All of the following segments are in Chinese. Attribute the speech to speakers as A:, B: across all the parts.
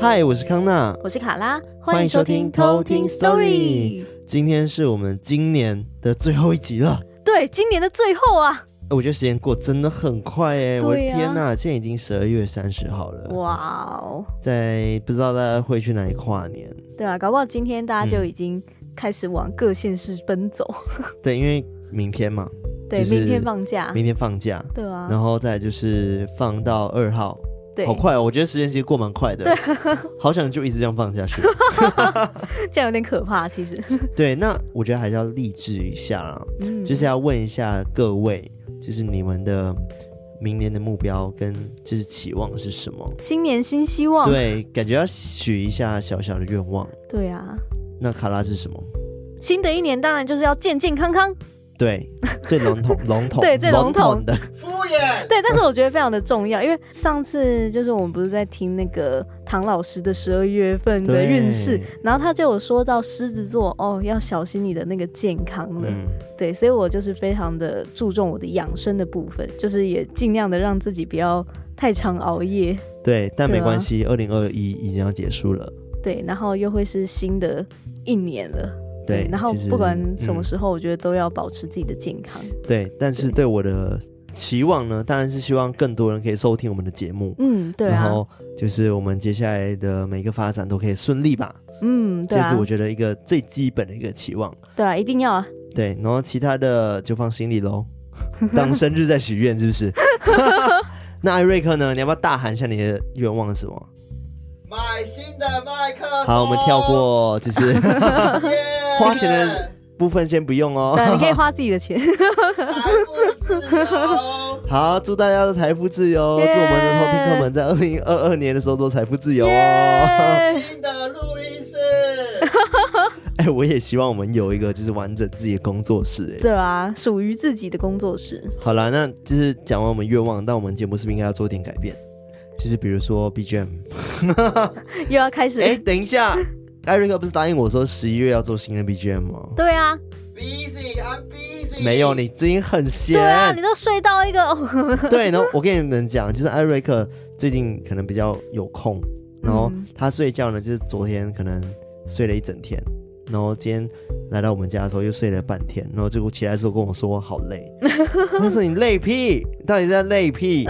A: 嗨，我是康娜，
B: 我是卡拉，
A: 欢迎收听偷听 Story。今天是我们今年的最后一集了。
B: 对，今年的最后 啊，
A: 呃我觉得时间过真的很快哎、我的
B: 对啊
A: 天呐，现在已经十二月三十号了，
B: 哇哦，
A: 在不知道大家会去哪里跨年？
B: 对啊，搞不好今天大家就已经开始往各县市奔走。
A: 对，因为明天嘛，嗯
B: 对，
A: 就是
B: 明天放假。
A: 明天放假，
B: 对啊，
A: 然后再来就是放到二号，
B: 对
A: 好，快哦！我觉得时间其实过蛮快的， 好想就一直这样放下 去。
B: 这样有点可怕，其实。
A: 对，那我觉得还是要励志一下啦，
B: 嗯，
A: 就是要问一下各位，就是你们的明年的目标跟就是期望是什么？
B: 新年新希望。
A: 对，感觉要许一下小小的愿望。
B: 对啊，
A: 那卡拉是什么？
B: 新的一年当然就是要健健康康。
A: 对，最笼统、笼统、
B: 对最笼
A: 笼
B: 统
A: 的。
B: 对，但是我觉得非常的重要，因为上次就是我们不是在听那个唐老师的十二月份的
A: 对
B: 运势，然后他就有说到狮子座哦，要小心你的那个健康了。
A: 嗯，
B: 对，所以我就是非常的注重我的养生的部分，就是也尽量的让自己不要太常熬夜。
A: 对，但
B: 对
A: 没
B: 啊
A: 关系，二零二一已经要结束了。
B: 对，然后又会是新的一年了。
A: 对，
B: 然后
A: 其实
B: 不管什么
A: 嗯
B: 时候，我觉得都要保持自己的健康。
A: 对，但是
B: 对
A: 对我的期望呢，当然是希望更多人可以收听我们的节目。
B: 嗯，对
A: 然
B: 啊，
A: 后就是我们接下来的每一个发展都可以顺利吧，
B: 嗯，对
A: 这是
B: 啊
A: 我，觉得一个最基本的一个期望。
B: 对啊，一定要啊，
A: 对，然后其他的就放心里喽，当生日再许愿是不是？ 那艾瑞克呢？你要不要大喊一下你的愿望是什么？
C: 买新的麦克风。
A: 好，我们跳过就是
C: 耶
A: 花钱的部分先不用哦
B: 对。啊，你可以花自己的钱。
C: 财富自由。
A: 好，祝大家都财富自由，祝我们的偷听客们在二零二二年的时候都财富自由哦。
B: 耶
C: 新的录音室，
A: 哎、我也希望我们有一个就是完整自己的工作室、哎，
B: 对啊，属于自己的工作室。
A: 好啦，那就是讲完我们愿望，但我们节目是不是应该要做点改变？就是比如说 BGM。
B: 又要开始。
A: 哎、等一下，艾瑞克不是答应我说十一月要做新的 BGM 吗？
B: 对啊，
C: busy，I'm busy。
A: 没有，你最近很闲。
B: 对 啊，你都睡到一个，哦、
A: 对，然后我跟你们讲，就是艾瑞克最近可能比较有空，然后
B: 嗯
A: 他睡觉呢，就是昨天可能睡了一整天，然后今天来到我们家的时候又睡了半天，然后结果起来的时候跟我说好 累，那时候你累屁，到底在累屁，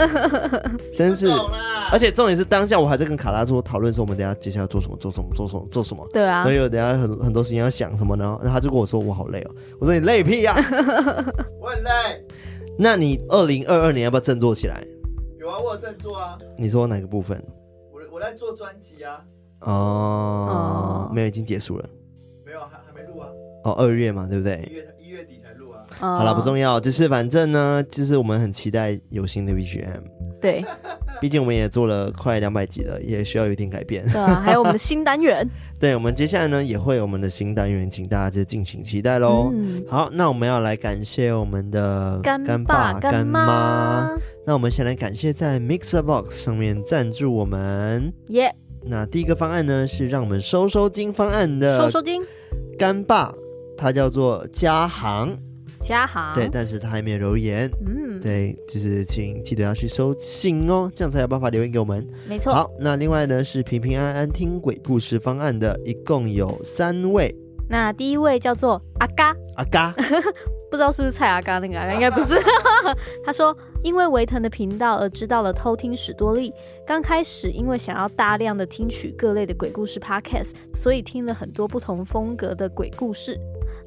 A: 真是
C: 不。懂啦。
A: 而且重点是当下我还在跟卡拉说讨论说我们等一下接下来做什么做什么做什么做什么，
B: 对啊
A: 然后，有等一下很很多事情要想什么呢，然后然后他就跟我说我好累哦，我说你累屁呀、
C: 我很累，
A: 那你二零二二年要不要振作起来？
C: 有啊，我有振作啊，
A: 你说哪个部分？
C: 我我在做专辑啊，
A: 哦
B: 哦，
A: 没有，已经结束了。
C: 没有，还还没录啊，
A: 哦，二月嘛，对不
C: 一
A: 对？
C: 月一月底才录啊。
B: 好
A: 好了，不重要，就是反正呢，就是我们很期待有新的 BGM，
B: 对
A: 毕竟我们也做了快两百集了，也需要有一点改变。
B: 对啊，还有我们的新单元，
A: 对，我们接下来呢也会有我们的新单元，请大家就敬请期待喽。
B: 嗯，
A: 好，那我们要来感谢我们的
B: 干
A: 爸
B: 爸
A: 干
B: 妈，
A: 那我们先来感谢在 Mixer Box 上面赞助我们。
B: 耶，
A: 那第一个方案呢是让我们收收金方案
B: 收
A: 的
B: 收金，
A: 干爸，他叫做嘉航，
B: 嘉航，
A: 对，但是他还没有留言。
B: 啊嗯，
A: 对，就是请记得要去搜信哦，这样才有办法留言给我们。
B: 没错，
A: 好，那另外呢是平平安安听鬼故事方案的，一共有三位
B: 那第一位叫做阿嘎，
A: 阿 嘎，
B: 不知道是不是蔡阿嘎那个啊阿嘎，应该不是。 他说，因为维腾的频道而知道了偷听史多利。刚开始因为想要大量的听取各类的鬼故事 podcast，所以听了很多不同风格的鬼故事。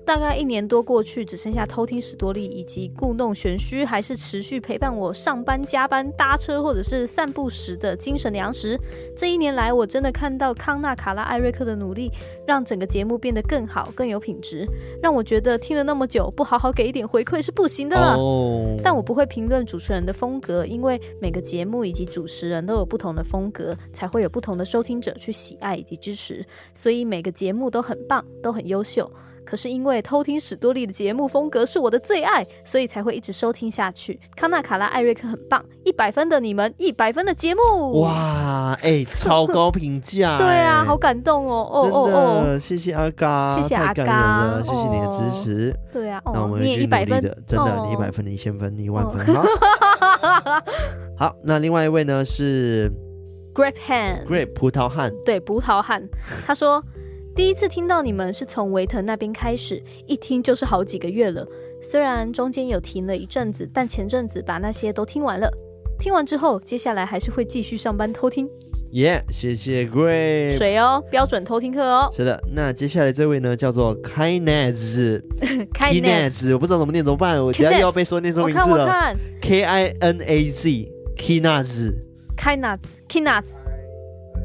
B: 大概一年多过去，只剩下偷听史多利以及故弄玄虚，还是持续陪伴我上班、加班、搭车或者是散步时的精神粮食。这一年来，我真的看到康纳、卡拉、艾瑞克的努力，让整个节目变得更好、更有品质，让我觉得听了那么久，不好好给一点回馈是不行的了。
A: 哦
B: 但我不会评论主持人的风格，因为每个节目以及主持人都有不同的风格，才会有不同的收听者去喜爱以及支持。所以每个节目都很棒，都很优秀。可是因为偷听史多利的节目风格是我的最爱，所以才会一直收听下去。康纳、卡拉、艾瑞克很棒，一百分的你们，一百分的节目，！
A: 哇，哎、超高评价、
B: 对啊，
A: 哎
B: 好感动哦，哦
A: 真的，
B: 哦哦，
A: 谢谢阿嘎，
B: 谢谢阿
A: 太感人
B: 嘎
A: 了，谢谢你的支持。
B: 对啊，
A: 那我
B: 哦，
A: 们
B: 你也
A: 去
B: 一
A: 努
B: 百
A: 力
B: 分
A: 的，，真的，
B: 哦
A: 你一百分，你一千分，你一万分。 好，好，那另外一位呢是
B: Grape Hand，
A: Grape 葡萄汉，
B: 对，葡萄汉，他说第一次听到你们是从维腾那边开始，一听就是好几个月了。虽然中间有停了一阵子，但前阵子把那些都听完了。听完之后，接下来还是会继续上班偷听，
A: 耶、谢谢 Grape。
B: 水哦，标准偷听课哦。
A: 是的，那接下来这位呢叫做 Kinez
B: 开
A: Kinez，我不知道怎么念，怎么办？我等下又要被说念错
B: 我
A: 名
B: 看
A: 字哦
B: 我
A: 了。
B: 看
A: K I N A Z Kinaz
B: 开 nuts kinuts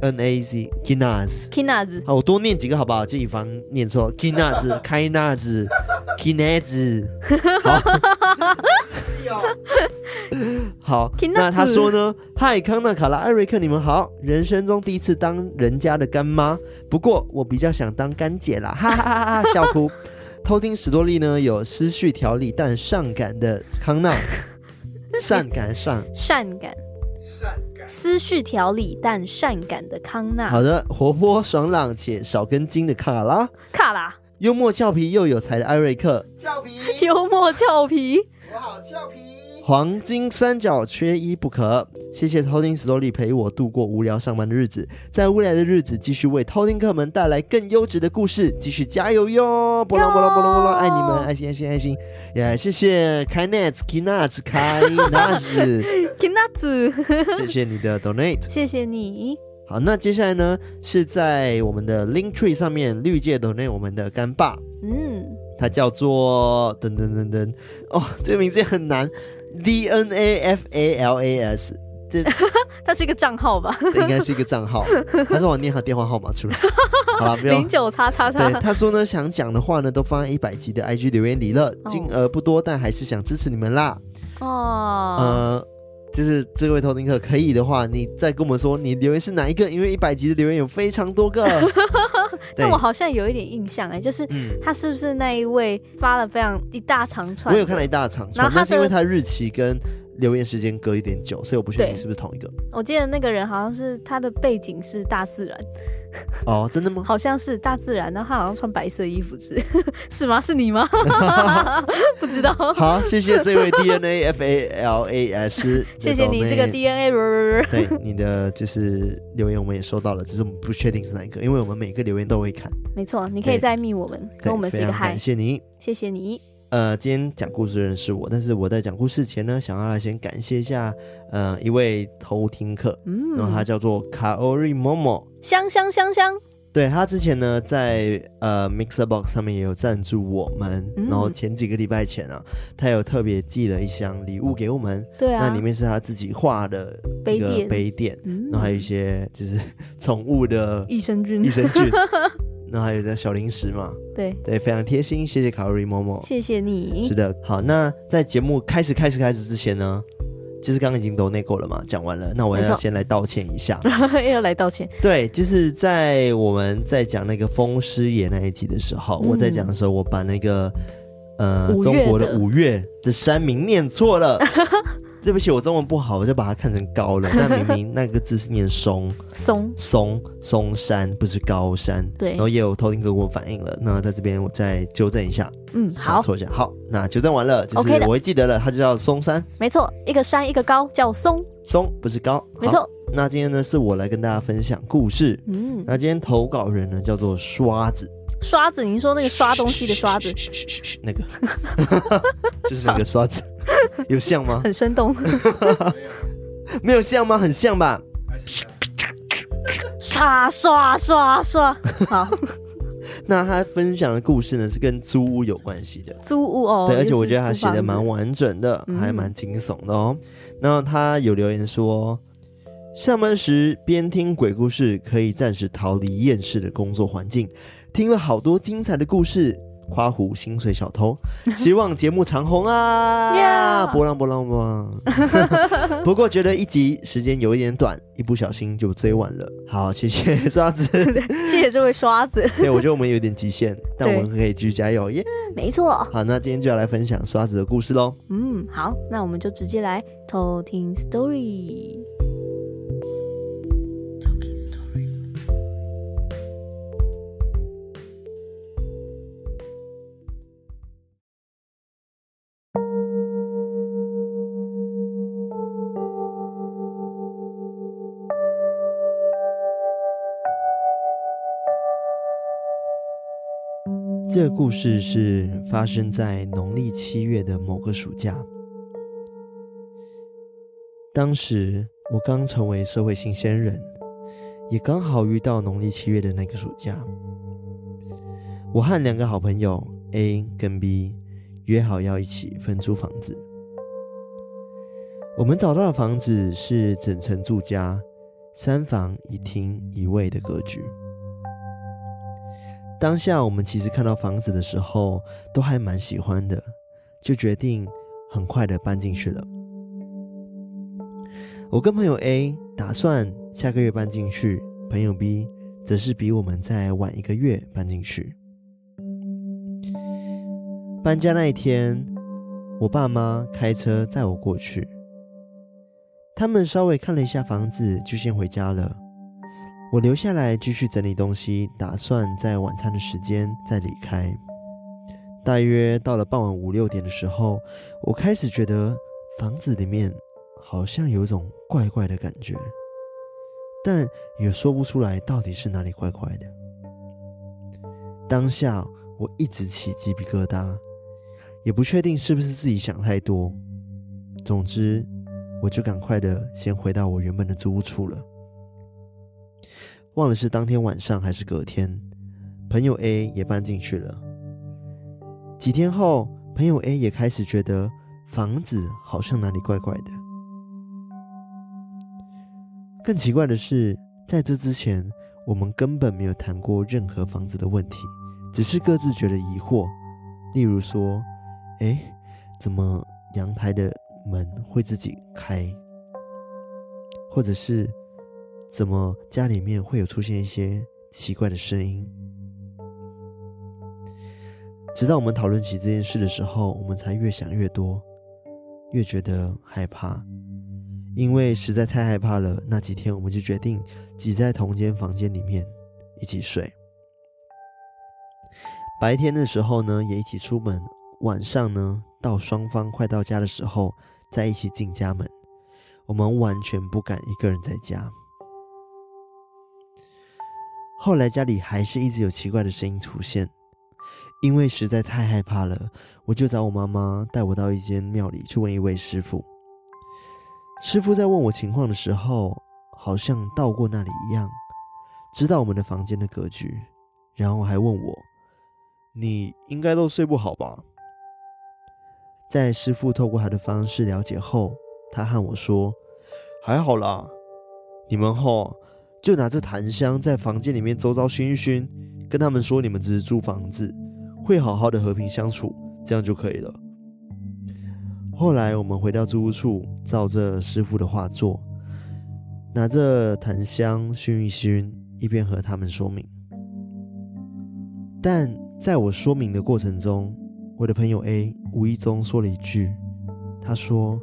A: N A Z Kinaz。
B: kinuts，
A: 好，我多念几个好不好？自己防念错。Kinaz Kinaz Kinez。
C: 是哦，
A: 好
B: Kinaz，
A: 那他说呢？嗨，康纳、卡拉、艾瑞克，你们好！人生中第一次当人家的干妈，不过我比较想当干姐啦，哈哈 哈哈哈！笑哭。偷听史多利呢，有思绪条理但善感的康纳，善感上。
B: 善感
C: 善感，
B: 思绪条理但善感的康纳
A: 好的，活泼爽朗且少根筋的卡拉，
B: 卡拉，
A: 幽默俏皮又有才的艾瑞克，
C: 俏皮，
B: 幽默俏皮，
C: 我好俏皮，
A: 黄金三角缺一不可。谢谢偷听 Story 陪我度过无聊上班的日子，在未来的日子继续为偷听客们带来更优质的故事，继续加油哟！波浪波浪波浪波浪，爱你们，爱心爱心爱心！也、谢谢 Kinet Kinaz Kinaz，
B: kinuts，
A: 谢谢你的 Donate。
B: 谢谢你。
A: 好，那接下来呢是在我们的 Link Tree 上面绿界 Donate 我们的干爸，
B: 嗯，
A: 他叫做等等等等，哦，这个名字也很难，D N A F A L A S。
B: 它是一个账号吧？
A: 应该是一个账号，他说我念他电话号码出来。好了，不用
B: 零。九叉叉
A: 对，
B: 叉。
A: 他说呢，想讲的话呢，都放在一百集的 IG 留言里了，金额不多，但还是想支持你们啦。
B: 哦，
A: 呃，就是这位偷听客，可以的话，你再跟我们说你留言是哪一个，因为一百集的留言有非常多 个。对
B: 但，我好像有一点印象哎，就是
A: 嗯，
B: 他是不是那一位发了非常一大长串？
A: 我有看到一大长
B: 然
A: 串
B: 后，他
A: 但是因为
B: 的
A: 它日期跟留言时间隔一点久，所以我不确定
B: 对
A: 是不是同一个。
B: 我记得那个人好像是他的背景是大自然，
A: 哦，真的吗？
B: 好像是大自然，然后他好像穿白色衣服是 是吗？是你吗？不知道，
A: 好，谢谢这 位 DNA F A L A S，
B: 谢谢你这个 DNA。
A: 对你的就是留言，我们也收到了，只是我们不确定是哪一个，因为我们每个留言都会看。
B: 没错，你可以
A: 对
B: 再密我们，
A: 对
B: 跟我们
A: 非
B: say 个
A: 常感
B: hi，
A: 谢你。
B: 谢谢你。
A: 呃，今天讲故事的人是我，但是我在讲故事前呢，想要来先感谢一下呃一位偷听客，然后他
B: 嗯，
A: 叫做卡欧瑞某某。
B: 香香香香，
A: 对他之前呢，在呃 Mixer Box 上面也有赞助我们，
B: 嗯
A: 然后前几个礼拜前啊，他有特别寄了一箱礼物给我们，
B: 对啊，
A: 那里面是他自己画的
B: 杯
A: 一个
B: 垫
A: 杯垫，
B: 嗯
A: 然后还有一些就是 宠物的
B: 益生
A: 益
B: 菌，
A: 生菌， 然后还有的小零食嘛，
B: 对，
A: 对，非常贴心，谢谢卡路里某某。
B: 谢谢
A: 是
B: 你。
A: 的，好，那在节目开始开始开始之前呢，就是刚刚已经都内过了嘛，讲完了，那我
B: 没
A: 要
B: 错
A: 先来道歉一下。
B: 要来道歉，
A: 对，就是在我们在讲那个风师爷那一集的时候，我在
B: 嗯
A: 讲的时候，我把那个呃
B: 五
A: 中
B: 月
A: 国的
B: 的
A: 五月的山名念错 了。对不起，我中文不好，我就把它看成高了。但明明那个字是念松，
B: 松
A: 松松山不是高山，
B: 对
A: 然后也有偷听客给我反映了，那在这边我再纠正一下，
B: 嗯，
A: 想
B: 好，
A: 错一下，好，那纠正完了，就是
B: OK 的
A: 我会记得了，它就叫松山，
B: 没错，一个山一个高叫松，
A: 松不是高，
B: 没
A: 好。
B: 错，
A: 那今天呢，是我来跟大家分享故事。
B: 嗯，
A: 那今天投稿人呢叫做刷子，
B: 刷子，您说那个刷东西的刷子，
A: 嘘，嘘嘘嘘那个 就是那个刷子，有像吗？
B: 很生动，
C: 没有，
A: 没有像吗？很像吧？
C: 还行啊，
B: 刷刷 刷刷，好，
A: 那他分享的故事呢是跟租屋有关系的，
B: 租屋哦，
A: 对，而且
B: 就是
A: 我觉得他
B: 租
A: 写
B: 房
A: 的
B: 子
A: 蛮完整的，
B: 嗯
A: 还蛮惊悚的哦。然后他有留言说，上班时边听鬼故事，可以暂时逃离厌世的工作环境，听了好多精彩的故事。夸胡薪水小 偷，希望节目长红啊！
B: Yeah
A: 波浪波浪波浪。 不过觉得一集时间有一点短，一不小心就追完了。好，谢谢 刷 子。
B: 谢谢这位刷 子。
A: 对，我觉得我们有点极限，但我们可以继续加油耶
B: 没错，
A: 好，那今天就要来分享刷子的故事喽。
B: 嗯，好，那我们就直接来偷听 story。
A: 这个故事是发生在农历七月的某个暑假。当时我刚成为社会新鲜人，也刚好遇到农历七月的那个暑假。我和两个好朋友 A 跟 B 约好要一起分租房子。我们找到的房子是整层住家，三房一厅一卫的格局。当下我们其实看到房子的时候，都还蛮喜欢的，就决定很快的搬进去了。我跟朋友 A 打算下个月搬进去，朋友 B 则是比我们再晚一个月搬进去。搬家那一天，我爸妈开车载我过去，他们稍微看了一下房子，就先回家了。我留下来继续整理东西，打算在晚餐的时间再离开。大约到了傍晚五六点的时候，我开始觉得房子里面好像有一种怪怪的感觉，但也说不出来到底是哪里怪怪的。当下我一直起鸡皮疙瘩，也不确定是不是自己想太多。总之，我就赶快的先回到我原本的租屋处了。忘了是当天晚上还是隔天，朋友 A 也搬进去了。几天后，朋友 A 也开始觉得房子好像哪里怪怪的。更奇怪的是，在这之前，我们根本没有谈过任何房子的问题，只是各自觉得疑惑。例如说，诶，怎么阳台的门会自己开？或者是怎么家里面会有出现一些奇怪的声音？直到我们讨论起这件事的时候，我们才越想越多，越觉得害怕，因为实在太害怕了。那几天我们就决定挤在同间房间里面一起睡。白天的时候呢，也一起出门；晚上呢，到双方快到家的时候，再一起进家门。我们完全不敢一个人在家。后来家里还是一直有奇怪的声音出现，因为实在太害怕了，我就找我妈妈带我到一间庙里去问一位师傅。师傅在问我情况的时候，好像到过那里一样，知道我们的房间的格局，然后还问我：“你应该都睡不好吧？”在师傅透过他的方式了解后，他和我说：“还好啦，你们吼就拿着檀香在房间里面周遭熏一熏，跟他们说你们只是租房子，会好好的和平相处，这样就可以了。后来我们回到租屋处，照着师傅的话做，拿着檀香熏一熏，一边和他们说明。但在我说明的过程中，我的朋友 A 无意中说了一句，他说：“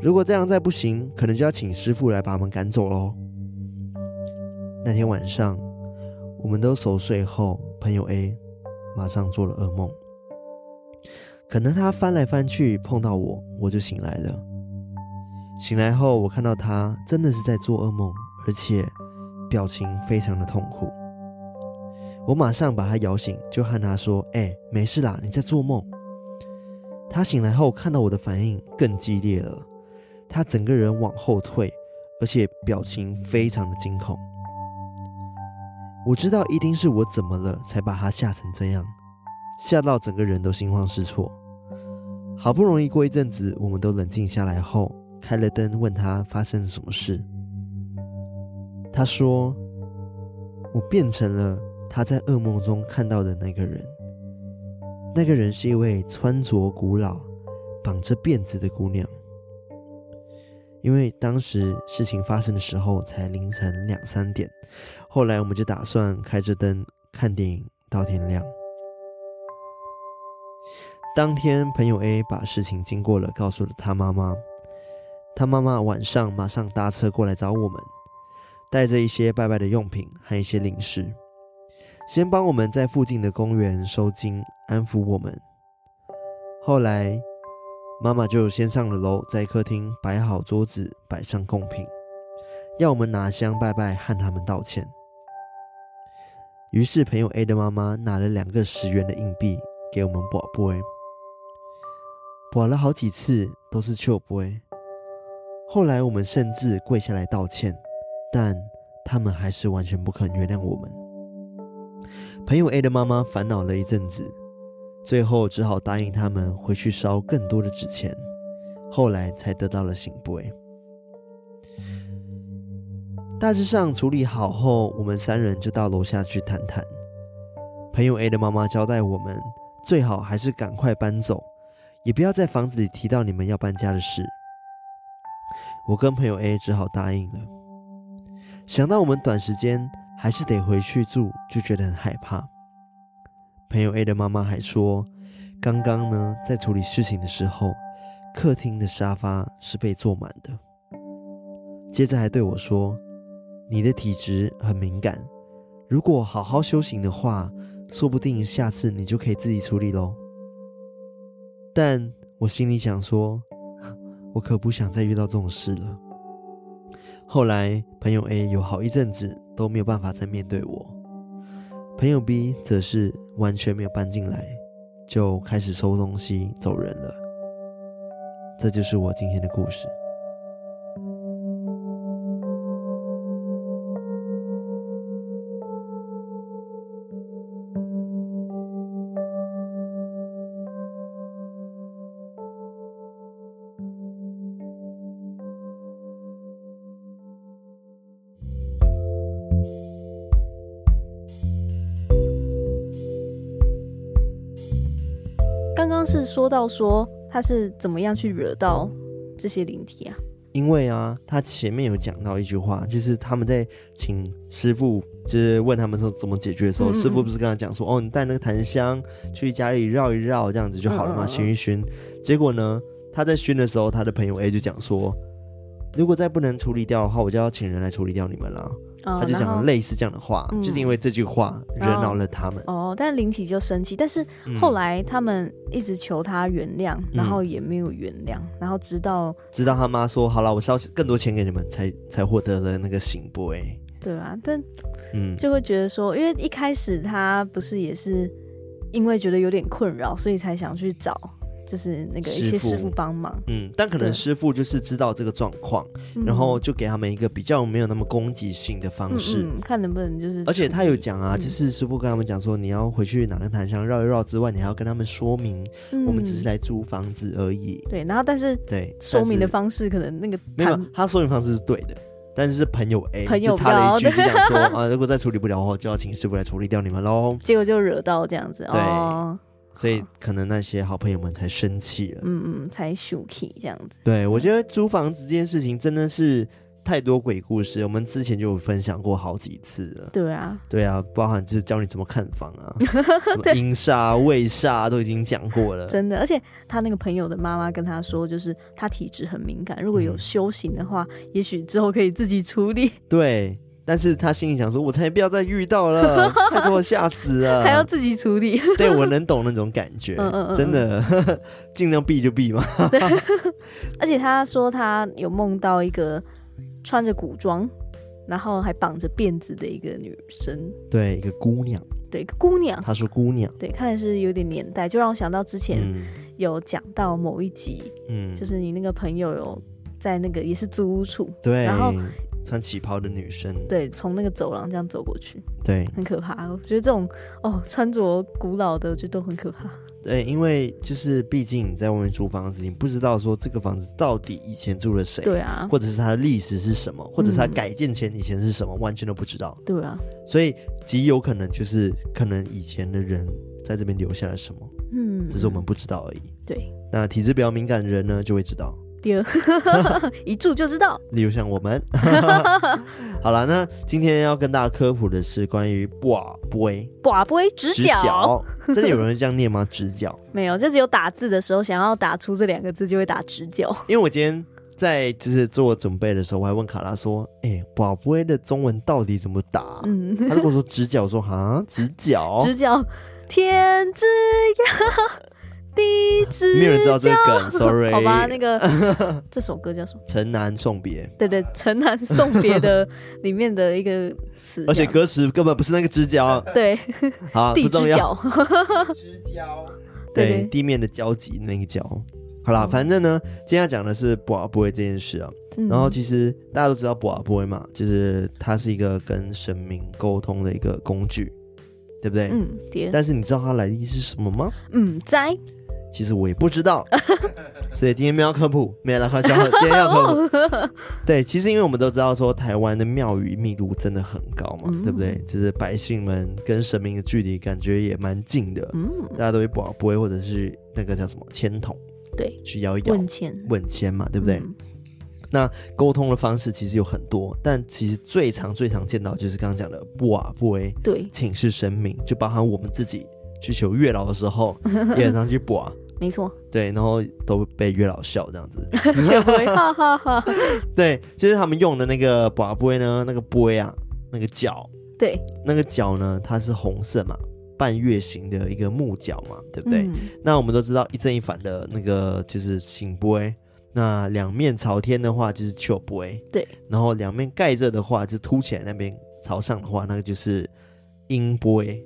A: 如果这样再不行，可能就要请师傅来把我们赶走喽。”那天晚上，我们都熟睡后，朋友 A 马上做了噩梦。可能他翻来翻去碰到我，我就醒来了。醒来后，我看到他真的是在做噩梦，而且表情非常的痛苦。我马上把他摇醒，就和他说：“哎、没事啦，你在做梦。”他醒来后看到我的反应更激烈了，他整个人往后退，而且表情非常的惊恐。我知道一定是我怎么了才把他吓成这样，吓到整个人都心慌失措。好不容易过一阵子，我们都冷静下来后，开了灯问他发生了什么事。他说：“我变成了他在噩梦中看到的那个人，那个人是一位穿着古老、绑着辫子的姑娘。因为当时事情发生的时候才凌晨两三点，后来我们就打算开着灯看电影到天亮。当天，朋友 A 把事情经过了告诉了他妈妈，他妈妈晚上马上搭车过来找我们，带着一些拜拜的用品和一些零食，先帮我们在附近的公园收金，安抚我们。后来，妈妈就先上了楼，在客厅摆好桌子，摆上贡品，要我们拿香拜拜和他们道歉。于是，朋友 A 的妈妈拿了两个十元的硬币给我们卜卜，卜了好几次都是求卜。后来我们甚至跪下来道歉，但他们还是完全不肯原谅我们。朋友 A 的妈妈烦恼了一阵子，最后只好答应他们回去烧更多的纸钱，后来才得到了醒杯。大致上处理好后，我们三人就到楼下去谈谈。朋友 A 的妈妈交代我们，最好还是赶快搬走，也不要在房子里提到你们要搬家的事。我跟朋友 A 只好答应了。想到我们短时间还是得回去住，就觉得很害怕。朋友 A 的妈妈还说，刚刚呢在处理事情的时候，客厅的沙发是被坐满的。接着还对我说：“你的体质很敏感，如果好好修行的话，说不定下次你就可以自己处理喽。”但我心里想说， 我可不想再遇到这种事了。后来，朋友 A 有好一阵子都没有办法再面对我，朋友 B 则是完全没有搬进来，就开始收东西走人了。这就是我今天的故事。
B: 刚刚是说到说他是怎么样去惹到这些灵体啊？
A: 因为啊，他前面有讲到一句话，就是他们在请师傅，就是问他们说怎么解决的时候，
B: 嗯嗯
A: 师傅不是跟他讲说，哦，你带那个檀香去家里绕一绕，这样子就好了
B: 嗯嗯
A: 嘛，
B: 嗯
A: 熏一熏。结果呢，他在熏的时候，他的朋友 A 就讲说，如果再不能处理掉的话，我就要请人来处理掉你们了。
B: 啊
A: 他就
B: 然
A: 讲
B: 后
A: 了类似这样的话，
B: 嗯
A: 就是因为这句话惹
B: 然后
A: 恼了他们。
B: 哦，但灵体就生气，但是
A: 嗯
B: 后来他们一直求他原谅，
A: 嗯
B: 然后也没有原谅，然后直到
A: 直到他妈说，好了，我烧更多钱给你们，才才获得了那个醒波。哎，
B: 对啊，但
A: 嗯，
B: 就会觉得说，因为一开始他不是也是因为觉得有点困扰，所以才想去找就是那个一
A: 师
B: 些
A: 傅
B: 师傅帮忙，
A: 嗯，但可能
B: 对
A: 师傅就是知道这个状况，然后就给他们一个比较没有那么攻击性的
B: 嗯
A: 方
B: 嗯
A: 式。
B: 嗯看能不能就是，
A: 而且他有，讲啊，
B: 嗯
A: 就是师傅跟他们讲说，你要回去拿个檀香绕一绕之外，你还要跟他们说明，
B: 嗯
A: 我们只是来租房子而已。
B: 对，然后但是
A: 对，
B: 说明的
A: 但是
B: 方式可能那个
A: 没有
B: 谈，
A: 他说明方式是对的，但是是朋友 A
B: 朋友哦
A: 就插了一句，
B: 标
A: 就讲说啊，如果再处理不了的话，就要请师傅来处理掉你们喽。
B: 结果就惹到这样子，
A: 对
B: 哦，
A: 所以可能那些好朋友们才生气了。
B: 嗯嗯，才 s h 这样子，
A: 对，我觉得租房子这件事情真的是太多鬼故事，我们之前就有分享过好几次了。
B: 对啊，
A: 对啊，包含就是教你怎么看房 啊，什么阴煞啊、未煞啊都已经讲过 了。
B: 真的，而且他那个朋友的妈妈跟他说，就是他体质很敏感，如果有
A: 嗯
B: 修行的话，也许之后可以自己 处理，
A: 对，但是他心里想说：“我才不要再遇到 了，太多吓死了。”
B: 还要自己处理。
A: 对我能懂那种感觉，
B: 嗯嗯嗯
A: 真的 尽量避就避嘛。
B: 而且他说他有梦到一个穿着古装，然后还绑着辫子的一个女生，
A: 对，一个姑娘，
B: 对，一个姑娘，
A: 她说姑娘，
B: 对，看来是有点年代，就让我想到之前
A: 嗯
B: 有讲到某一集，
A: 嗯，
B: 就是你那个朋友有在那个也是租屋处，
A: 对，
B: 然后
A: 穿旗袍的女生，
B: 对，从那个走廊这样走过去，
A: 对
B: 很可怕。我觉得这种哦穿着古老的，我觉得都很可怕。
A: 对，因为就是毕竟你在外面租房子，你不知道说这个房子到底以前住了谁，
B: 对啊，
A: 或者是它的历史是什么，或者是它
B: 嗯
A: 改建前以前是什么，完全都不知道，
B: 对啊，
A: 所以极有可能就是可能以前的人在这边留下了什么，
B: 嗯，
A: 只是我们不知道而已。
B: 对
A: 那体质比较敏感的人呢，就会知道。
B: 第二 一住就知道，
A: 例如像我 们，好了，那今天要跟大家科普的是关于哇龟
B: 寡不为直角，
A: 真的有人会这样念 吗？直角？
B: 没有，就只有打字的时候想要打出这两个字就会打 直角。
A: 因为我今天在就是做准备的时候，我还问卡拉说：“哎、哇龟的中文到底怎么打？”
B: 嗯，
A: 他就跟我说直角，我说哈直角，
B: 直角，天之 涯，地之角。
A: 没有人知道这个梗，sorry。
B: 好吧，那个 这首歌叫什么？
A: 城南送别，
B: 对对，《城南送别》的里面的一个词，
A: 而且
B: 这样
A: 歌词根本不是那个直角，
B: 对
A: 好
B: 地
A: 不重
B: 之
A: 要，
B: 角，
C: 之交，
B: 对对
A: 地面的交集那一角。好啦，
B: 嗯
A: 反正呢，今天要讲的是卜阿波这件事啊。
B: 嗯
A: 然后其实大家都知道卜阿波嘛，就是它是一个跟神明沟通的一个工具，对不对？
B: 嗯，蝶，
A: 但是你知道它来历是什么吗？
B: 嗯，灾，
A: 其实我也不知 道，所以今天没有科普，没有了，开玩笑，今天要科普。
B: 哦
A: 对，其实因为我们都知道说台湾的庙宇密度真的很高嘛，
B: 嗯
A: 对不对？就是百姓们跟神明的距离感觉也蛮近的，
B: 嗯，
A: 大家都会卜卜或者是那个叫什么签筒，
B: 对，
A: 去摇一摇
B: 问嗯钱，
A: 问签嘛，对
B: 对
A: 不对？？沟通的方式其实有很多，但其实最常最常见到就是刚刚讲的卜卜
B: 对，
A: 请示神明，就包含我们自己去求月老的时候也很常去卜。
B: 没错，
A: 对，然后都被月老笑这样子。
B: 就会哈哈哈，
A: 对，就是他们用的那个把杯呢，那个杯啊，那个角，
B: 对，
A: 那个角呢，它是红色嘛，半月形的一个木角嘛，对不对？
B: 嗯，
A: 那我们都知道一正一反的那个就是醒杯，那两面朝天的话就是丘杯，
B: 对，
A: 然后两面盖着的话就是凸起来那边朝上的话，那个就是阴杯，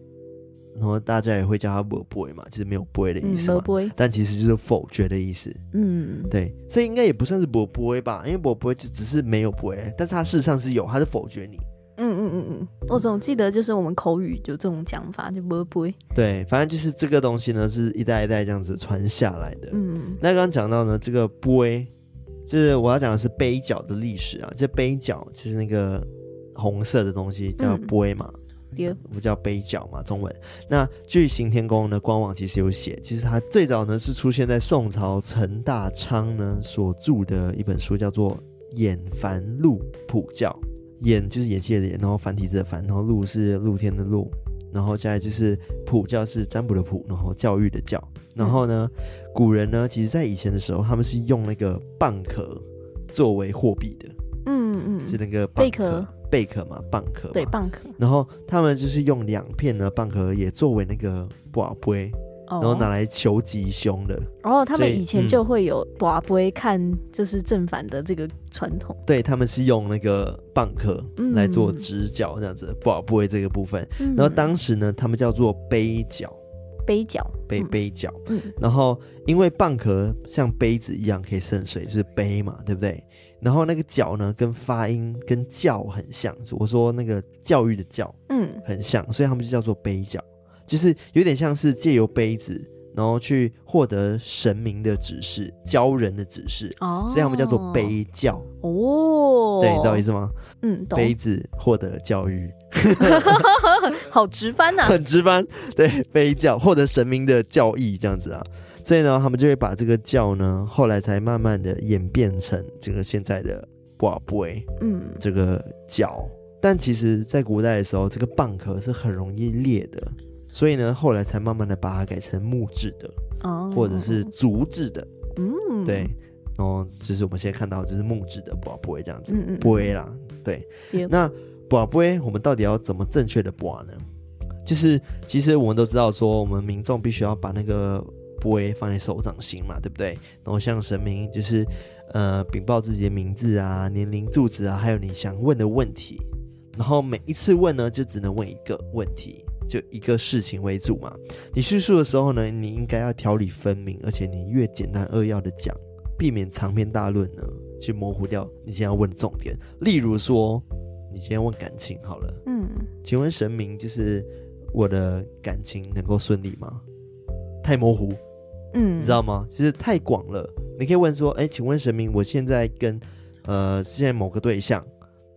A: 然后大家也会叫它没杯嘛，就是没有杯的意
B: 嗯，
A: 思
B: 没
A: 嘛。
B: 不会，
A: 但其实就是否决的意思，
B: 嗯，
A: 对，所以应该也不算是博博吧，因为博博就只是没有博，但是他事实上是有，他是否决你。
B: 嗯嗯嗯嗯，我总记得就是我们口语有这种讲法，就不会，
A: 对，反正就是这个东西呢，是一代一代这样子传下来的。
B: 嗯
A: 那刚刚讲到呢，这个波，就是我要讲的是杯角的历史啊，这杯角就是那个红色的东西叫
B: 嗯
A: 波嘛，
B: 对
A: 我们叫杯角嘛，中文。那据行天宫的官网其实有写，其实它最早呢是出现在宋朝陈大昌呢所著的一本书，叫做《演凡录普教》。演就是演戏的演，然后繁体字的繁，然后露是露天的露，然后再来就是普教是占卜的普，然后教育的教。然后呢，古人呢，其实在以前的时候，他们是用那个蚌壳作为货币的，
B: 嗯
A: 是
B: 嗯，
A: 那个蚌
B: 贝壳，
A: 贝壳嘛，蚌壳嘛，
B: 对，蚌壳，
A: 然后他们就是用两片呢蚌壳也作为那个卜龟，
B: 哦，
A: 然后拿来求吉凶的。
B: 然后他
A: 所
B: 们
A: 以
B: 以前
A: 嗯
B: 就会有寡不会看，就是正反的这个传统。
A: 对，他们是用那个蚌壳
B: 嗯
A: 来做直角这样子卜龟这个部分。然
B: 然
A: 后当时呢，他们叫做杯角，
B: 嗯杯角，
A: 杯
B: 嗯
A: 杯角。
B: 嗯
A: 然后因为蚌壳像杯子一样可以渗水，就是杯嘛，对不对？然后那个角呢，跟发音跟教很像，我说那个教育的教。
B: 嗯
A: 很像，所以他们就叫做杯角，就是有点像是借由杯子，然后去获得神明的指示、教人的指示，
B: 哦，
A: 所以他们叫做杯教。
B: 哦，
A: 对，你知道我意思吗？
B: 嗯，懂，
A: 杯子获得教育，
B: 好直翻 呐、
A: 很直翻。对，杯教获得神明的教义这样子啊。所以呢，他们就会把这个教呢，后来才慢慢的演变成这个现在的瓦杯
B: 嗯，
A: 这个角。但其实，在古代的时候，这个蚌壳是很容易裂的，所以呢，后来才慢慢的把它改成木质的，
B: 哦，
A: 或者是竹制的，
B: 嗯，
A: 对。然后就是我们现在看到的就是木质的卜卜这样子，
B: 嗯，嗯嗯，
A: 卜啦，对
B: Yep。
A: 那卜卜我们到底要怎么正确的卜呢？就是其实我们都知道说，我们民众必须要把那个卜放在手掌心嘛，对不对？然后向神明就是呃禀报自己的名字啊、年龄、住址啊，还有你想问的问题。然后每一次问呢，就只能问一个问题，就一个事情为主嘛。你叙述的时候呢，你应该要条理分明，而且你越简单扼要的讲，避免长篇大论呢去模糊掉你今天要问的重点。例如说，你今天问感情好了，
B: 嗯，
A: 请问神明就是我的感情能够顺利吗？太模糊，
B: 嗯，
A: 你知道吗？其实太广了，你可以问说，哎、请问神明，我现在跟呃现在某个对象，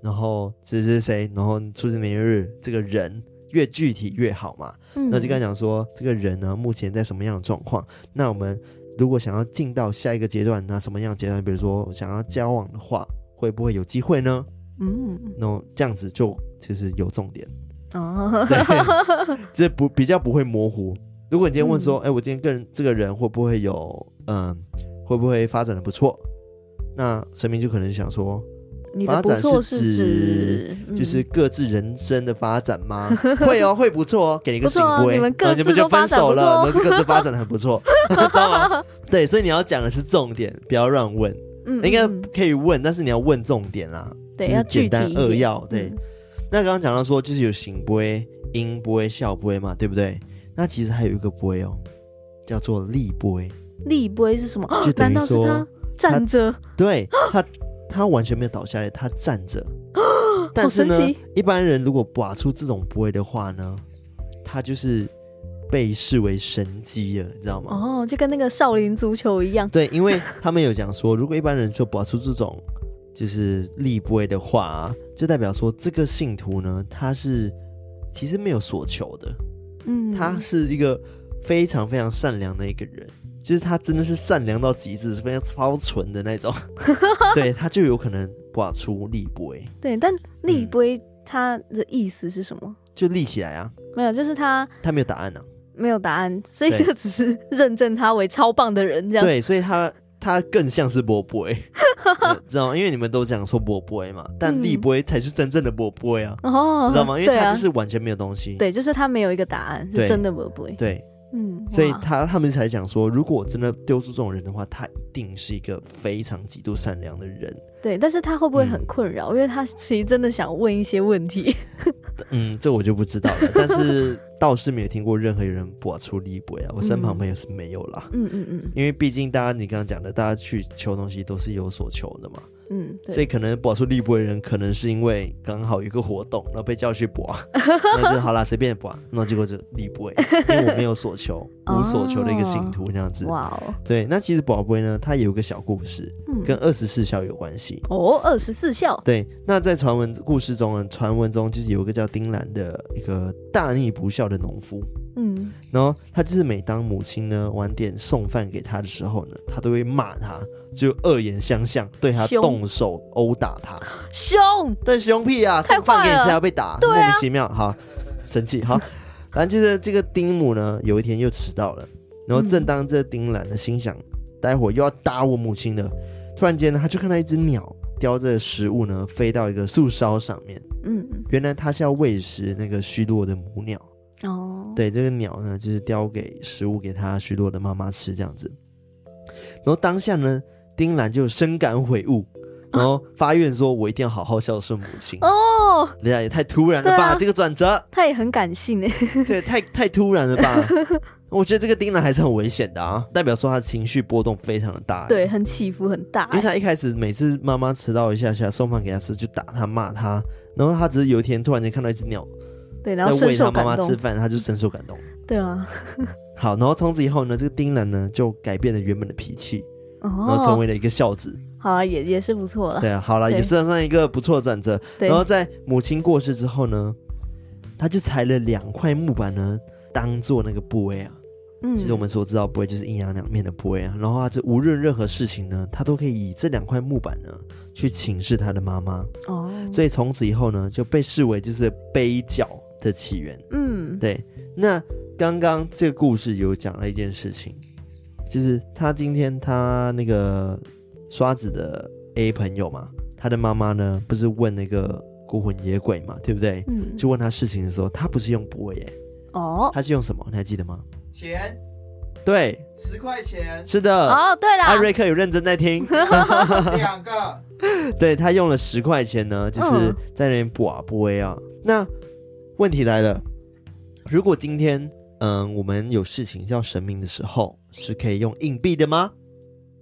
A: 然后谁谁谁，然后出生年月日，这个人越具体越好嘛。
B: 嗯
A: 那就跟他讲说，这个人呢目前在什么样的状况？那我们如果想要进到下一个阶段，那什么样的阶段？比如说想要交往的话，会不会有机会呢？
B: 嗯
A: 那这样子就其实有重点，
B: 哦，
A: 对，这不比较不会模糊。如果你今天问说，哎、我今天跟这个人会不会有，嗯，会不会发展的不错？那神明就可能想说，
B: 你的不错是指
A: 就是各自人生的发展 吗？会哦，会不错哦，给你一个
B: 不
A: 醒
B: 错啊
A: 规，
B: 你们各
A: 然后
B: 自
A: 们就
B: 都发
A: 分
B: 展
A: 手
B: 不
A: 了，
B: 错哦
A: 我们各自发展的很不 错，知道吗？ 对，所以你要讲的是重点，不要乱问，
B: 嗯
A: 应该
B: 嗯嗯
A: 可以问，但是你要问重点啦，
B: 对
A: 就是
B: 要具
A: 简单
B: 体一
A: 扼
B: 点
A: 要，对。
B: 嗯
A: 那刚刚讲到说，就是有醒杯、音杯、笑杯嘛，对不对？那其实还有一个杯哦，叫做立杯，
B: 立碑是什么？哦
A: 就等
B: 难
A: 于
B: 道是
A: 说
B: 他，站着？
A: 对他， 他完全没有倒下来，他站 着。但是呢
B: 好神奇，
A: 一般人如果拔出这种杯的话呢，他就是被视为神机了，你知道吗？
B: 哦，就跟那个少林足球一样。
A: 对，因为他们有讲说，如果一般人就拔出这种就是立杯的话、啊，就代表说这个信徒呢，他是其实没有所求的。
B: 嗯，
A: 他是一个非常非常善良的一个人，就是他真的是善良到极致，是非常超纯的那种。 对他就有可能挂出立波，
B: 对，
A: 嗯
B: 但立碑它的意思是什么？
A: 就立起来啊。
B: 没有，就是他
A: 他没有答案啊呢、
B: 没有答案，所以
A: 对
B: 就只是认证他为超棒的人这
A: 啊。
B: 样。
A: 对，所以他他更像是波波，呃知道吗？因为你们都讲说波波欸嘛，但
B: 嗯
A: 立波才是真正的波波啊，
B: 哦，
A: 你知道吗？因为
B: 对
A: 他
B: 啊
A: 就是完全没有东西。
B: 对，就是他没有一个答案，
A: 对
B: 是真的不会。
A: 对，
B: 嗯，
A: 所以
B: 哇
A: 他他们才讲说，如果我真的丢出这种人的话，他一定是一个非常极度善良的人。
B: 对，但是他会不会
A: 嗯
B: 很困扰？因为他其实真的想问一些问题。
A: 嗯，这我就不知道了，但 是倒是没有听过任何有人拔出立杯啊，我身旁
B: 嗯
A: 朋友是没有啦，
B: 嗯嗯嗯
A: 因为毕竟大家你刚刚讲的，大家去求东西都是有所求的嘛，
B: 嗯，对。
A: 所以可能拔出立杯的人，可能是因为刚好有一个活动，然后被叫去 拔，那就好啦，随便拔，那结果就立杯，因为我没有所求，无所求的一个信徒这样子。
B: 哇哦，
A: 对，那其实宝贝呢，它有一个小故事，
B: 嗯，
A: 跟二十四孝有关系。
B: 哦二十四孝，
A: 对，那在传闻故事中呢，传闻中就是有一个叫丁兰的一个大逆不孝的农夫，
B: 嗯，
A: 然后他就是每当母亲呢晚点送饭给他的时候呢，他都会骂他，就恶言相向，对他
B: 凶
A: 动手殴打他。
B: 凶，
A: 但凶屁啊，
B: 太
A: 送饭给你吃
B: 坏了
A: 还要被打，
B: 对啊
A: 莫名其妙，好生气， 好。反正就是这个丁母呢，有一天又迟到了，然后
B: 嗯
A: 正当这丁兰呢心想，待会儿又要打我母亲了，突然间呢，他就看到一只鸟叼着食物呢飞到一个树梢上面，
B: 嗯，
A: 原来它是要喂食那个虚弱的母鸟。
B: 哦，，
A: 对，这个鸟呢，就是叼给食物给它虚弱的妈妈吃这样子。然后当下呢，丁兰就深感悔悟，然后发愿说：“我一定要好好孝顺母亲。
B: 哦，
A: 人哎家也太突然了吧，
B: 对啊
A: 这个转 折，
B: 他也很感性欸诶，
A: 对，太太突然了 吧。我觉得这个丁兰还是很危险的啊，代表说他情绪波动非常的大。
B: 对，，很起伏很大
A: 因为
B: 欸，
A: 他一开始每次妈妈迟到一下下送饭给他吃，就打他骂他，然后他只是有一天突然间看到一只鸟
B: 对，然后
A: 在
B: 深
A: 喂
B: 受
A: 他妈
B: 感
A: 妈吃
B: 动，
A: 饭，他就深受感动。
B: 对啊，
A: 好，然后从此以后呢，这个丁兰呢就改变了原本的脾气，然后成
B: 哦，
A: 为了一个孝 子。
B: 好啊，也也是不错了，
A: 对啊，好了，
B: 对
A: 也算上一个不错的转折。
B: 对
A: 然，后在母亲过世之后呢，他就裁了两块木板呢，当做那个布位啊。
B: 嗯
A: 其实我们所知道，不会就是阴阳两面的不会啊。然后他就无论任何事情呢，他都可以以这两块木板呢去请示他的妈妈。
B: 哦，
A: 所以从此以后呢，就被视为就是杯角的起源。
B: 嗯，
A: 对，那刚刚这个故事有讲了一件事情，就是他今天他那个刷子的 A 朋友嘛，他的妈妈呢不是问那个孤魂野鬼嘛，对不对？
B: 嗯，
A: 就问他事情的时候，他不是用不会耶，
B: 哦，
A: 他是用什么？你还记得吗？
C: 钱
A: 对，
C: 十 块钱
A: 是的。
B: 哦，对
A: 艾
B: 啦，
A: 瑞克有认真在 听，
C: 两个，
A: 对他用了十块钱呢，就是
B: 嗯
A: 在那边补啊补啊。那问题来了，如果今天嗯我们有事情叫神明的时候，是可以用硬币的吗？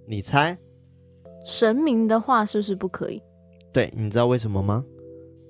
A: 你猜？
B: 神明的话是不是不可以？
A: 对，你知道为什么吗？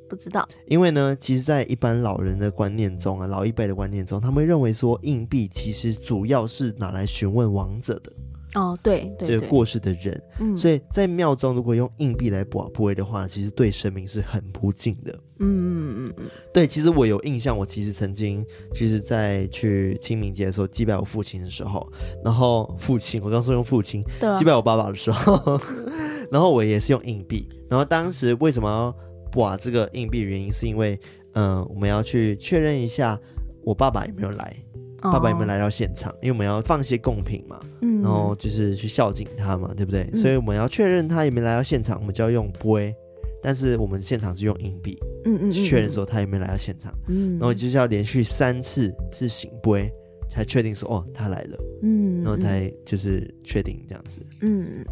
B: 不知道，
A: 因为呢，其实，在一般老人的观念中啊，老一辈的观念中，他们会认为说硬币其实主要是拿来询问王者的，
B: 哦，对
A: 这
B: 对
A: 个
B: 对，
A: 过世的人。
B: 嗯
A: 所以在庙中，如果用硬币来卜卜位的话，其实对神明是很不敬的。
B: 嗯嗯嗯嗯
A: 对，其实我有印象，我其实曾经，其实在去清明节的时候祭拜我父亲的时候，然后父亲，我刚说用父亲
B: 嗯，对啊
A: 祭拜我爸爸的时候， 然后我也是用硬币，然后当时为什么要把这个硬币的原因，是因为，嗯、我们要去确认一下我爸爸有没有来，爸爸有没有？来到现场，因为我们要放一些贡品嘛，
B: 哦嗯，
A: 然后就是去孝敬他嘛，对不对？
B: 嗯
A: 所以我们要确认他有没有来到现场，我们就要用杯。但是我们现场是用硬币
B: 嗯嗯嗯
A: 确认，说他有没有来到现场，
B: 嗯，
A: 然后就是要连续三次是醒杯，才确定说哦他来了，
B: 嗯，
A: 然后才就是确定这样子。
B: 嗯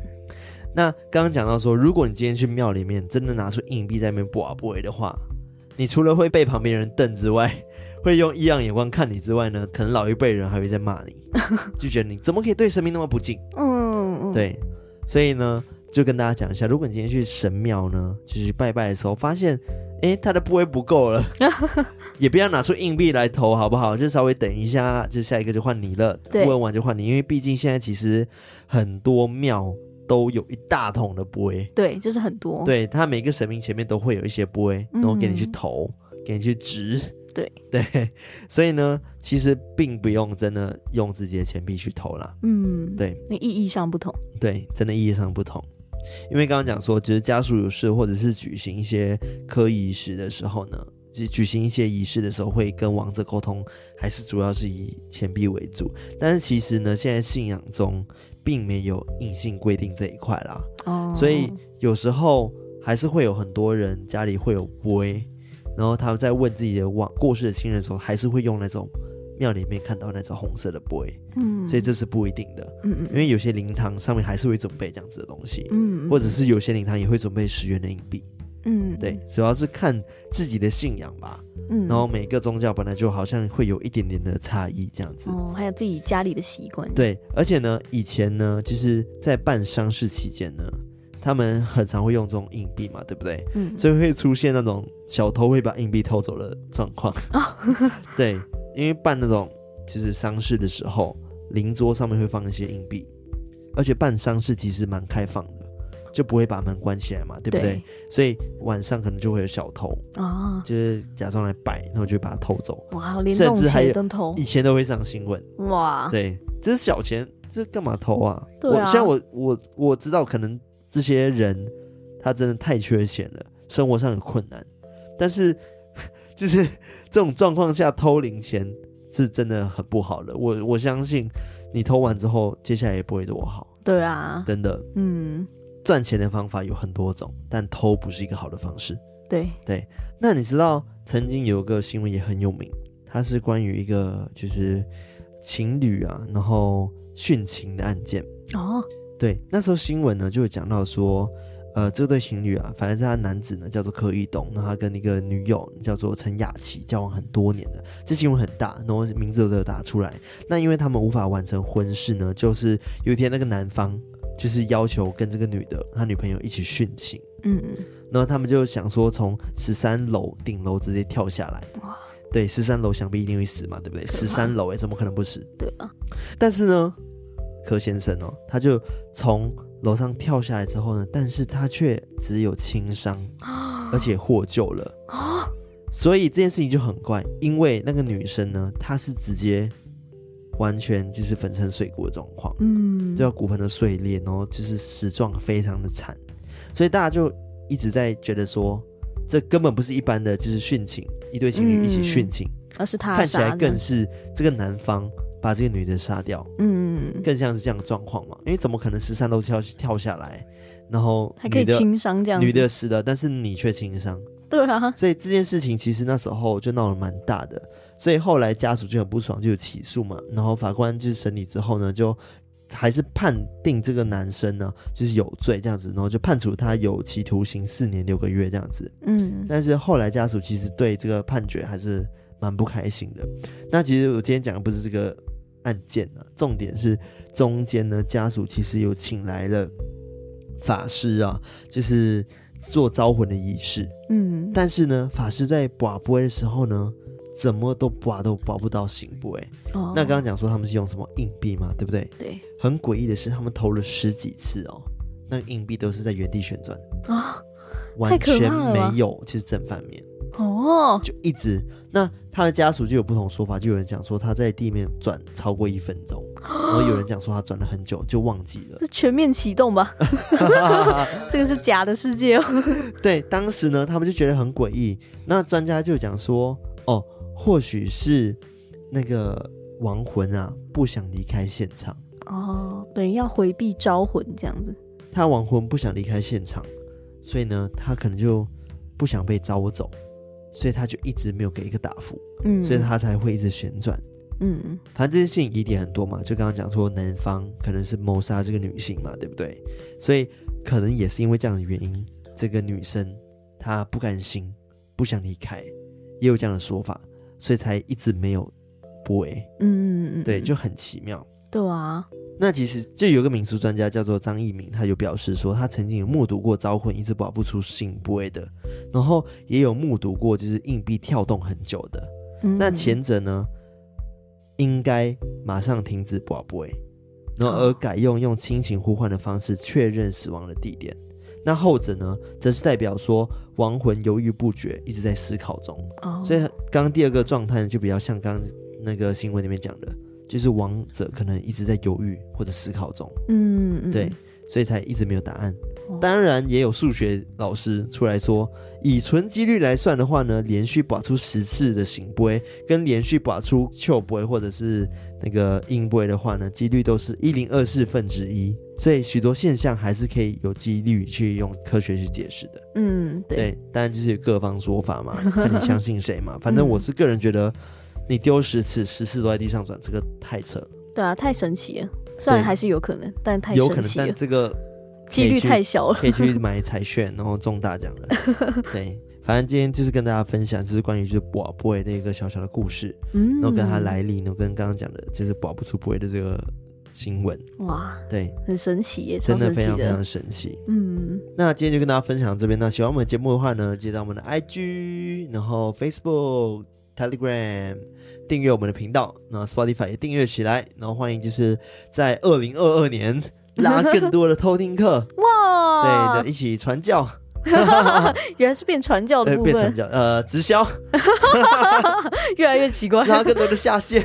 A: 那刚刚讲到说，如果你今天去庙里面真的拿出硬币在那边卜卜的话，你除了会被旁边人瞪之外，会用异样眼光看你之外呢，可能老一辈人还会在骂 你，就觉得你怎么可以对神明那么不敬。
B: 嗯嗯，嗯，
A: 对，所以呢，就跟大家讲一下，如果你今天去神庙呢，就是拜拜的时候，发现，诶，他的部位不够 了，也不要拿出硬币来投，好不好？就稍微等一下，就下一个就换你了，
B: 对
A: 问完就换你，因为毕竟现在其实很多庙都有一大桶的波，
B: 对，就是很多，
A: 对他每个神明前面都会有一些波，然后给你去
B: 哦嗯
A: 投，给你去掷。
B: 对
A: 对，所以呢，其实并不用真的用自己的钱币去投啦。
B: 嗯，
A: 对，
B: 那意义上不同，
A: 对，真的意义上不同。因为刚刚讲说，就是家属有事或者是举行一些科仪式的时候呢，举举行一些仪式的时候，会跟亡者沟通，还是主要是以钱币为主。但是其实呢，现在信仰中并没有硬性规定这一块啦，
B: 哦，
A: 所以有时候还是会有很多人家里会有杯，然后他们在问自己的亡过世的亲人的时候，还是会用那种庙里面看到那种红色的杯，
B: 嗯，
A: 所以这是不一定的。
B: 嗯嗯
A: 因为有些灵堂上面还是会准备这样子的东西，
B: 嗯，嗯
A: 或者是有些灵堂也会准备十元的硬币。
B: 嗯，
A: 对，主要是看自己的信仰吧。
B: 嗯，
A: 然后每个宗教本来就好像会有一点点的差异这样子。
B: 哦，还有自己家里的习惯，
A: 对，而且呢，以前呢，就是在办丧事期间呢，他们很常会用这种硬币嘛，对不对？
B: 嗯，
A: 所以会出现那种小偷会把硬币偷走的状况。 对，因为办那种就是丧事的时候，灵桌上面会放一些硬币，而且办丧事其实蛮开放的，就不会把门关起来嘛，对不对？
B: 对
A: 所以晚上可能就会有小偷，
B: 啊，
A: 就是假装来摆，然后就把它偷走。
B: 哇，连
A: 甚
B: 动
A: 至还
B: 鞋
A: 有
B: 灯头，
A: 以前都会上新闻，
B: 哇，
A: 对，这是小钱，这干嘛偷啊？
B: 啊对
A: 我
B: 啊
A: 虽然我我我知道可能这些人他真的太缺钱了，生活上有困难，但是 就是这种状况下偷零钱是真的很不好的。我我相信你偷完之后，接下来也不会多好，
B: 对啊，
A: 真的。
B: 嗯，
A: 赚钱的方法有很多种，但偷不是一个好的方式。
B: 对，
A: 那你知道曾经有个新闻也很有名，它是关于一个就是情侣啊，然后殉情的案件。
B: 哦，
A: 对，那时候新闻呢就有讲到说，呃，这对情侣啊，反正是他男子呢叫做柯一东，那他跟一个女友叫做陈雅琪交往很多年的，这新闻很大，然后名字都有打出来。那因为他们无法完成婚事呢，就是有一天那个男方就是要求跟这个女的他女朋友一起殉情。
B: 嗯嗯，
A: 然后他们就想说从十三楼顶楼直接跳下来。
B: 哇
A: 对，十三楼想必一定会死嘛，对不对？
B: 可怕
A: 十三楼哎，怎么可能不死？
B: 对啊，
A: 但是呢，柯先生哦，他就从楼上跳下来之后呢，但是他却只有轻伤，
B: 啊
A: 而且获救了。所以这件事情就很怪，因为那个女生呢，她是直接完全就是粉身碎骨的状况。
B: 嗯，
A: 就骨盆的碎裂，然后就是死状非常的惨，所以大家就一直在觉得说，这根本不是一般的，就是殉情，一对情侣一起殉情，
B: 而是他
A: 看起来
B: 杀的
A: 更是这个男方把这个女的杀掉，
B: 嗯，
A: 更像是这样的状况嘛，因为怎么可能十三楼跳跳下来，然后
B: 还可
A: 女
B: 以
A: 的
B: 轻伤这样子，
A: 女的死了，但是你却轻伤，
B: 对啊，
A: 所以这件事情其实那时候就闹得蛮大的，所以后来家属就很不爽，就有起诉嘛。然后法官就是审理之后呢，就还是判定这个男生呢就是有罪这样子，然后就判处他有期徒刑四年六个月这样子。
B: 嗯
A: 但是后来家属其实对这个判决还是蛮不开心的。那其实我今天讲的不是这个案件啊，重点是中间呢，家属其实有请来了法师啊，就是做招魂的仪式。
B: 嗯，
A: 但是呢，法师在卜卜的时候呢，怎么都拔都拔不到醒部哎、
B: 哦
A: 那刚刚讲说他们是用什么硬币嘛，对不对？
B: 对
A: 很诡异的是，他们投了十几次哦，那个硬币都是在原地旋转，
B: 啊
A: 完
B: 可
A: 全
B: 怕了吧
A: 没有就是正反面，
B: 哦
A: 就一直。那他的家属就有不同说法，就有人讲说他在地面转超过一分钟，然后有人讲说他转了很久就忘记了。
B: 这全面启 动吧， 这个是假的世界哦。
A: 对，当时呢，他们就觉得很诡异。那专家就讲说，哦，或许是那个亡魂啊，不想离开现场，
B: 哦，等于要回避招魂这样子。
A: 他亡魂不想离开现场，所以呢，他可能就不想被招走，所以他就一直没有给一个答复，
B: 嗯，
A: 所以他才会一直旋转。
B: 嗯
A: 反正这件事情疑点很多嘛，就刚刚讲说男方可能是谋杀这个女性嘛，对不对？所以可能也是因为这样的原因，这个女生她不甘心，不想离开，也有这样的说法，所以才一直没有播诶，
B: 嗯嗯嗯，
A: 对，就很奇妙。
B: 对啊，
A: 那其实就有一个民俗专家叫做张一鸣，他就表示说，他曾经有目睹过招魂一直保不出醒波诶的，然后也有目睹过就是硬币跳动很久的，
B: 嗯
A: 那前者呢，应该马上停止广播，然后
B: 哦
A: 而改用用亲情呼唤的方式确认死亡的地点。那后者呢，则是代表说亡魂犹豫不决，一直在思考中。
B: 哦
A: 所以刚刚第二个状态就比较像刚刚那个新闻里面讲的，就是亡者可能一直在犹豫或者思考中，
B: 嗯嗯
A: 对，所以才一直没有答案
B: 哦。
A: 当然，也有数学老师出来说，以纯几率来算的话呢，连续把出十次的醒波，跟连续把出球波或者是那个硬波的话呢，几率都是一零二四分之一。所以许多现象还是可以有几率去用科学去解释的。
B: 嗯对
A: 对，当然就是有各方说法嘛，看你相信谁 嘛。反
B: 嗯
A: 正我是个人觉得，你丢十次，十次都在地上转，这个太扯了，
B: 对啊，太神奇了。虽然
A: 对
B: 还是有可能，但太
A: 有可
B: 神
A: 能，
B: 奇
A: 但
B: 了，
A: 这个
B: 几率
A: 去
B: 太小了。
A: 可以去买彩券，然后中大奖了。对，反正今天就是跟大家分享，就是关于就是宝贝的一个小小的故事，
B: 嗯，
A: 然后跟它来历，然后跟刚刚讲的就是宝不出不会的这个新闻，
B: 哇，
A: 对，
B: 很神奇耶，超
A: 真的
B: 神
A: 非
B: 奇
A: 常非
B: 的
A: 常。神奇。
B: 嗯，
A: 那今天就跟大家分享到这边，那喜欢我们的节目的话呢，记得到我们的 IG，然后 Facebook。Telegram 订阅我们的频道，那 Spotify 也订阅起来，然后欢迎就是在二零二二年拉更多的偷听课，
B: 哇，
A: 对的，一起传教。
B: 原来是变传教的
A: 呃，
B: 部
A: 变成
B: 分，
A: 叫呃直 销，
B: 越来越奇怪。
A: 让更多的下 线，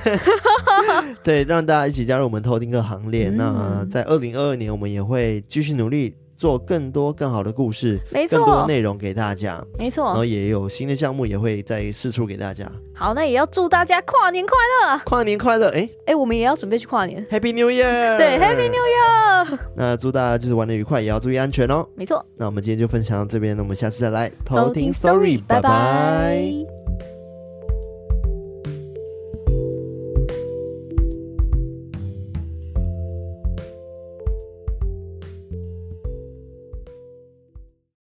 A: 对，让大家一起加入我们偷听课行列。
B: 嗯
A: 那在二零二二年，我们也会继续努力做更多更好的故事，
B: 没
A: 更多
B: 错，
A: 内容给大家，
B: 没
A: 然后
B: 错。
A: 也有新的项目也会再试出给大家。
B: 好，那也要祝大家跨年快乐。
A: 跨年快乐，哎
B: 哎，我们也要准备去跨年。
A: ，Happy New Year！
B: 对，Happy New
A: Year！
B: Year。
A: 那祝大家就是玩的愉快，也要注意安全哦。
B: 没错，
A: 那我们今天就分享到这边，那我们下次再来
B: 偷听 Story，
A: 拜拜
B: 拜